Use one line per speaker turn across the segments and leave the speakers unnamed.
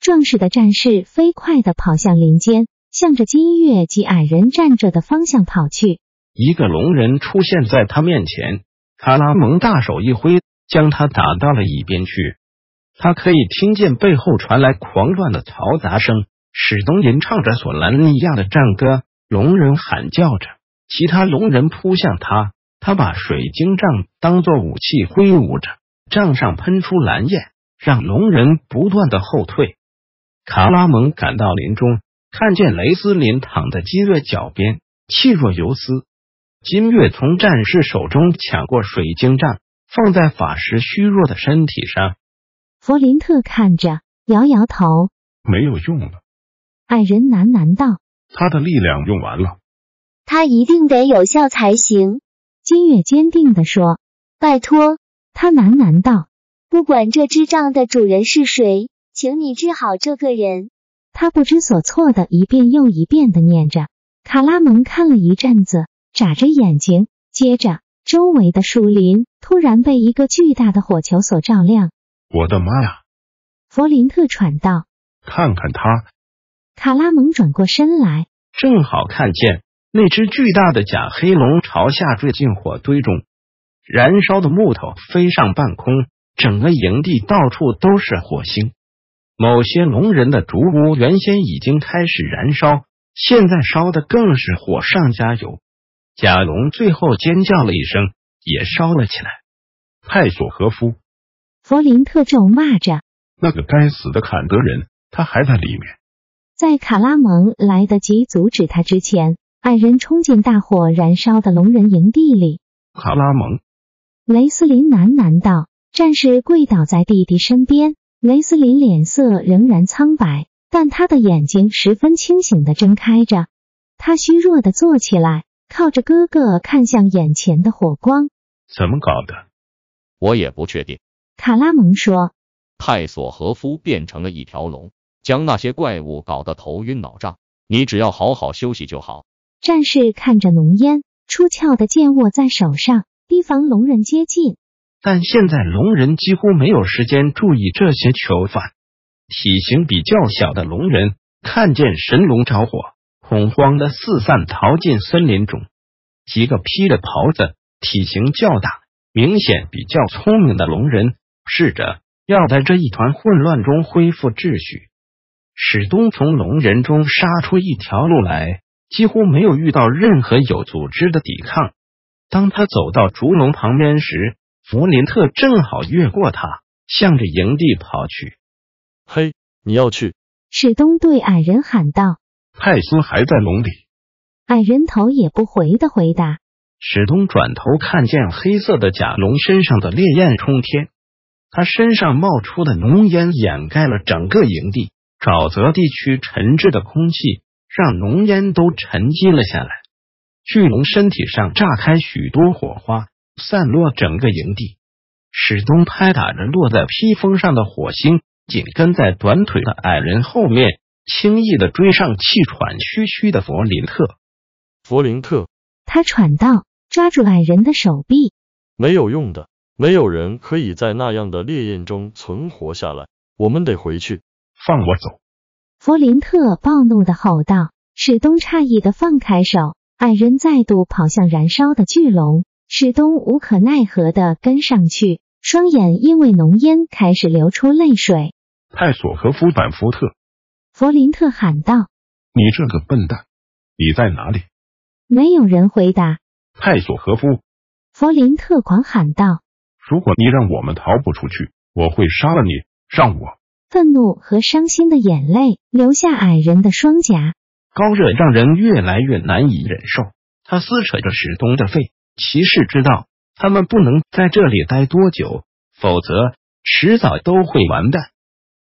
壮实的战士飞快地跑向林间，向着金月及矮人站着的方向跑去。
一个龙人出现在他面前，卡拉蒙大手一挥，将他打到了一边去。他可以听见背后传来狂乱的嘈杂声，史东吟唱着索兰尼亚的战歌，龙人喊叫着，其他龙人扑向他，他把水晶杖当做武器挥舞着，杖上喷出蓝焰，让龙人不断的后退。卡拉蒙赶到林中，看见雷斯林躺在金月脚边，气若游丝。金月从战士手中抢过水晶杖，放在法师虚弱的身体上。
弗林特看着，摇摇头。
没有用了，
矮人喃喃道
他的力量用完了。
他一定得有效才行。：“
金月坚定地说。
拜托，”
他喃喃道
不管这支杖的主人是谁，请你治好这个人。：“
他不知所措的一遍又一遍的念着。”卡拉蒙看了一阵子，眨着眼睛，接着周围的树林突然被一个巨大的火球所照亮。
我的妈呀！
弗林特喘道。
看看他，
卡拉蒙转过身来，
正好看见那只巨大的假黑龙朝下坠进火堆中，燃烧的木头飞上半空，整个营地到处都是火星。某些龙人的竹屋原先已经开始燃烧，现在烧的更是火上加油。甲龙最后尖叫了一声，也烧了起来。
派索和夫
弗林特咒骂着。
那个该死的坎德人，他还在里面。
在卡拉蒙来得及阻止他之前，矮人冲进大火燃烧的龙人营地里。
卡拉蒙，
雷斯林喃喃道：“战士跪倒在弟弟身边。”雷斯林脸色仍然苍白，但他的眼睛十分清醒的睁开着。他虚弱的坐起来，靠着哥哥看向眼前的火光。
怎么搞的？
我也不确定。
卡拉蒙说
泰索和夫变成了一条龙，将那些怪物搞得头晕脑胀。你只要好好休息就好。：“
战士看着浓烟，出鞘的剑握在手上，提防龙人接近。”
但现在龙人几乎没有时间注意这些囚犯。体型比较小的龙人看见神龙着火，恐慌的四散逃进森林中。几个披着袍子、体型较大、明显比较聪明的龙人，试着要在这一团混乱中恢复秩序。史东从龙人中杀出一条路来，几乎没有遇到任何有组织的抵抗。当他走到竹笼旁边时，弗林特正好越过他，向着营地跑去。
嘿，你要去？
史东对矮人喊道。
派苏还在笼里。
矮人头也不回的回答。
史东转头看见黑色的甲龙身上的烈焰冲天，他身上冒出的浓烟掩盖了整个营地，沼泽地区沉滞的空气让浓烟都沉积了下来。巨龙身体上炸开许多火花，散落整个营地。史东拍打着落在披风上的火星，紧跟在短腿的矮人后面，轻易的追上气喘吁吁的弗林特。
弗林特，
他喘道，抓住矮人的手臂。
没有用的，没有人可以在那样的烈焰中存活下来。我们得回去。
放我走！
弗林特暴怒的吼道。史东诧异的放开手，矮人再度跑向燃烧的巨龙。史东无可奈何的跟上去，双眼因为浓烟开始流出泪水。
派索和夫反福特，
弗林特喊道：“
你这个笨蛋！你在哪里？
没有人回答。
派索和夫，”
弗林特狂喊道。
如果你让我们逃不出去，我会杀了你！让我
愤怒和伤心的眼泪流下矮人的双颊。
高热让人越来越难以忍受。他撕扯着史东的肺，骑士知道他们不能在这里待多久，否则迟早都会完蛋。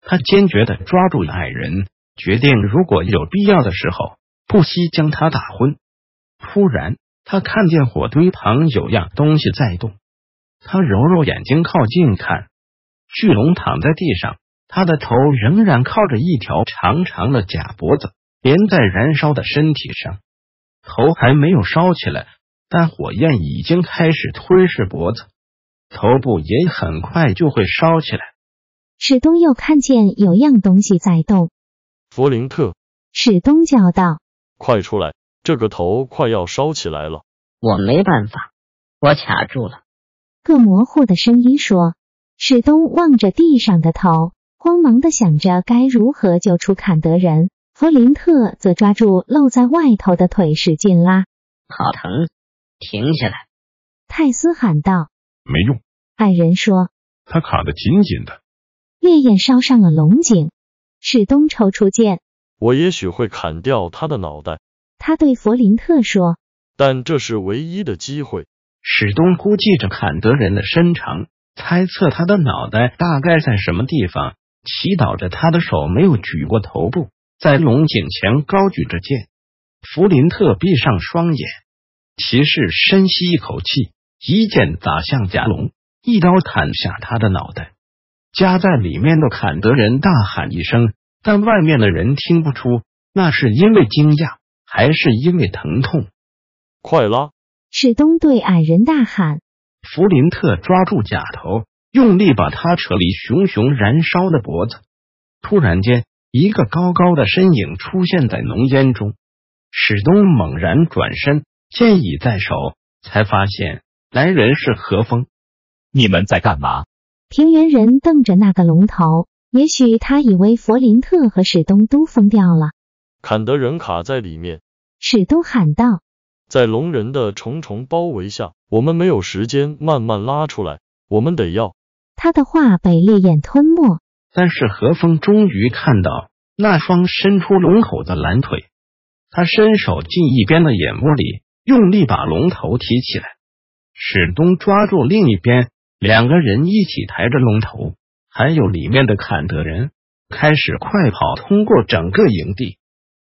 他坚决的抓住矮人，决定如果有必要的时候，不惜将他打昏。突然，他看见火堆旁有样东西在动，他揉揉眼睛靠近看，巨龙躺在地上，他的头仍然靠着一条长长的假脖子连在燃烧的身体上，头还没有烧起来，但火焰已经开始吞噬脖子，头部也很快就会烧起来。
史东又看见有样东西在动，
弗林特，
史东叫道
快出来！这个头快要烧起来了。
我没办法，我卡住了。：“
个模糊的声音说。”史东望着地上的头，慌忙的想着该如何救出坎德人。弗林特则抓住露在外头的腿使劲拉。
好疼！停下来！
泰斯喊道
没用，：“
矮人说，
他卡得紧紧的。
烈焰烧上了龙井。”史东抽出剑，
我也许会砍掉他的脑袋，
他对弗林特说
但这是唯一的机会。
史东估计着坎德人的身长，猜测他的脑袋大概在什么地方，祈祷着他的手没有举过头部，在龙井前高举着剑。弗林特闭上双眼，骑士深吸一口气，一剑砸向夹龙，一刀砍下他的脑袋。夹在里面的坎德人大喊一声，但外面的人听不出那是因为惊讶还是因为疼痛。
快拉！：“
史东对矮人大喊。”
弗林特抓住假头，用力把他扯离熊熊燃烧的脖子。突然间，一个高高的身影出现在浓烟中。史东猛然转身，剑已在手，才发现来人是何风。
你们在干嘛？
平原人瞪着那个龙头，也许他以为弗林特和史东都疯掉了。
砍得人卡在里面，
史东喊道
在龙人的重重包围下，我们没有时间慢慢拉出来，我们得要。：“
他的话被烈焰吞没。
但是何风终于看到那双伸出龙口的蓝腿，他伸手进一边的眼窝里，用力把龙头提起来。史东抓住另一边，两个人一起抬着龙头，还有里面的坎德人开始快跑，通过整个营地。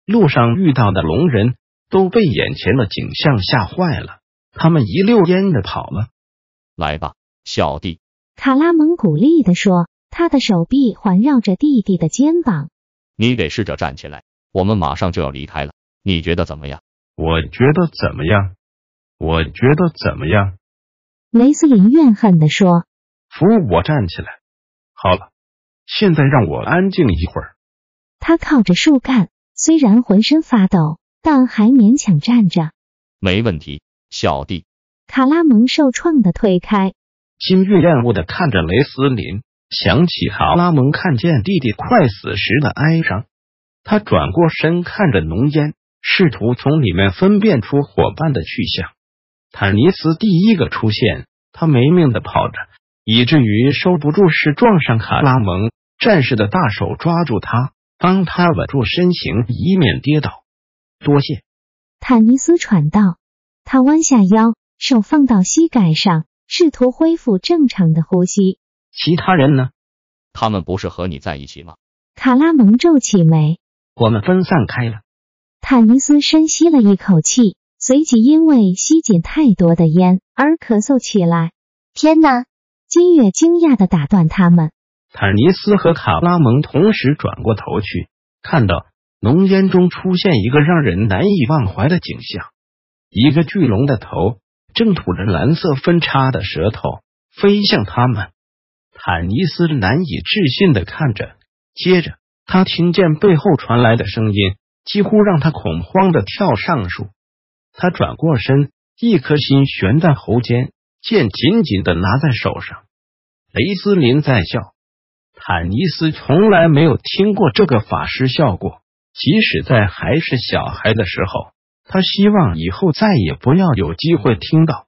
路上遇到的龙人都被眼前的景象吓坏了，他们一溜烟的跑了。
来吧，小弟，”
卡拉蒙鼓励地说，他的手臂环绕着弟弟的肩膀。
你得试着站起来。我们马上就要离开了，你觉得怎么样？
我觉得怎么样？我觉得怎么样？
雷斯林怨恨地说
扶我站起来，
好了，
现在让我安静一会儿。：“
他靠着树干，虽然浑身发抖，但还勉强站着。
没问题，小弟。”
卡拉蒙受创的推开，
金玉厌恶的看着雷斯林，想起卡拉蒙看见弟弟快死时的哀伤。他转过身看着浓烟，试图从里面分辨出伙伴的去向。坦尼斯第一个出现，他没命的跑着，以至于收不住是撞上卡拉蒙。战士的大手抓住他，帮他稳住身形，以免跌倒。多谢。
坦尼斯喘道，他弯下腰，手放到膝盖上，试图恢复正常的呼吸。
其他人呢？
他们不是和你在一起吗？
卡拉蒙皱起眉，
我们分散开了。
坦尼斯深吸了一口气，随即因为吸进太多的烟而咳嗽起来。
天哪，
金月惊讶的打断他们，
坦尼斯和卡拉蒙同时转过头去，看到浓烟中出现一个让人难以忘怀的景象：一个巨龙的头正吐着蓝色分叉的舌头飞向他们。坦尼斯难以置信的看着，接着他听见背后传来的声音，几乎让他恐慌的跳上树。他转过身，一颗心悬在喉间，剑紧紧的拿在手上。雷斯林在笑。坦尼斯从来没有听过这个法师笑过，即使在还是小孩的时候，他希望以后再也不要有机会听到。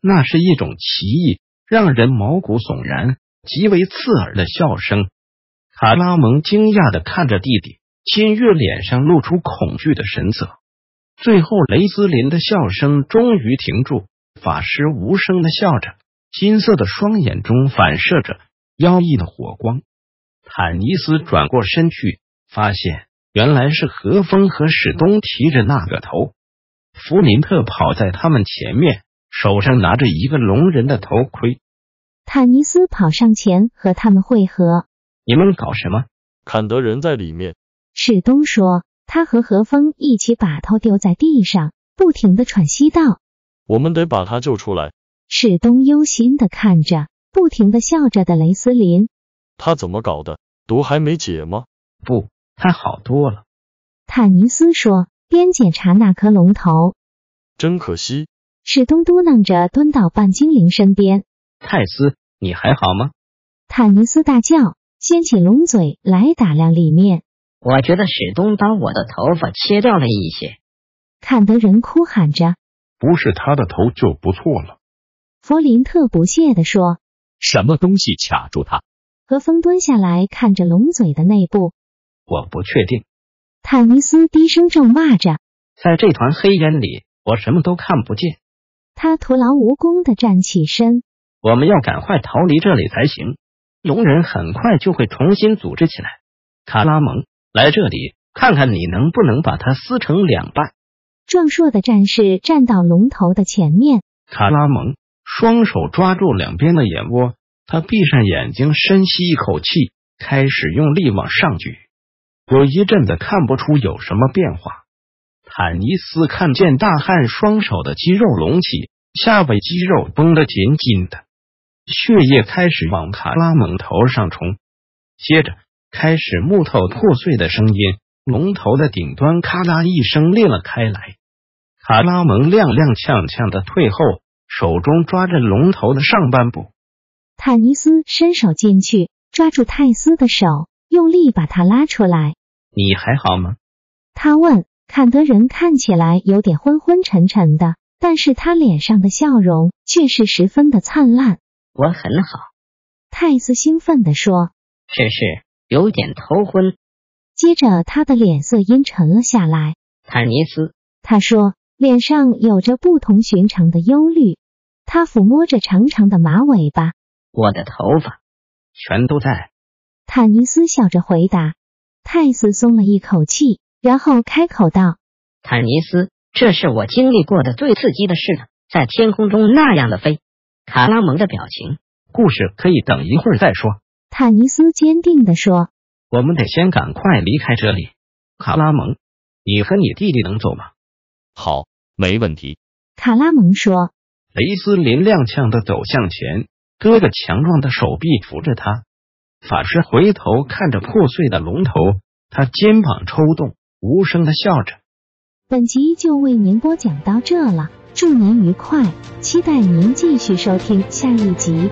那是一种奇异、让人毛骨悚然、极为刺耳的笑声。卡拉蒙惊讶的看着弟弟，金月脸上露出恐惧的神色。最后，雷斯林的笑声终于停住，法师无声的笑着，金色的双眼中反射着妖异的火光。坦尼斯转过身去，发现原来是何风和史东提着那个头。弗林特跑在他们前面，手上拿着一个龙人的头盔。
坦尼斯跑上前和他们会合。
你们搞什么？
坎德人在里面，
史东说，他和何风一起把头丢在地上，不停的喘息道。
我们得把他救出来。
史东忧心的看着不停的笑着的雷斯林，
他怎么搞的？毒还没解吗？
不，他好多了。
坦尼斯说，边检查那颗龙头。
真可惜。
史东嘟囔着蹲到半精灵身边，
泰斯，你还好吗？
坦尼斯大叫，掀起龙嘴来打量里面。
我觉得史东把我的头发切掉了一些。
坎德人哭喊着，
不是他的头就不错了。
弗林特不屑地说。
什么东西卡住他？
何风蹲下来看着龙嘴的内部，
我不确定，
坦尼斯低声咒骂着。
在这团黑烟里，我什么都看不见。
他徒劳无功的站起身，
我们要赶快逃离这里才行。龙人很快就会重新组织起来。卡拉蒙，来这里看看你能不能把它撕成两半。
壮硕的战士站到龙头的前面。
卡拉蒙双手抓住两边的眼窝，他闭上眼睛，深吸一口气，开始用力往上举。有一阵子看不出有什么变化。坦尼斯看见大汉双手的肌肉隆起，下背肌肉绷得紧紧的，血液开始往卡拉蒙头上冲。接着开始木头破碎的声音，龙头的顶端咔啦一声裂了开来。卡拉蒙踉踉跄跄的退后，手中抓着龙头的上半部。
坦尼斯伸手进去，抓住泰斯的手，用力把他拉出来。
你还好吗？
他问：“坎德人看起来有点昏昏沉沉的，但是他脸上的笑容却是十分的灿烂。
我很好，”
泰斯兴奋地说。
只是有点头昏。
接着，他的脸色阴沉了下来。
坦尼斯，
他说，脸上有着不同寻常的忧虑。他抚摸着长长的马尾巴。
我的头发。
全都在。
坦尼斯笑着回答。泰斯松了一口气，然后开口道
坦尼斯，这是我经历过的最刺激的事了，在天空中那样的飞。卡拉蒙的表情，
故事可以等一会儿再说，：“
坦尼斯坚定地说。
我们得先赶快离开这里。卡拉蒙，你和你弟弟能走吗？
好，没问题。”
卡拉蒙说
雷斯林踉跄的走向前，哥哥强壮的手臂扶着他。法师回头看着破碎的龙头，他肩膀抽动，无声的笑着。：“
本集就为您播讲到这了，祝您愉快，期待您继续收听下一集。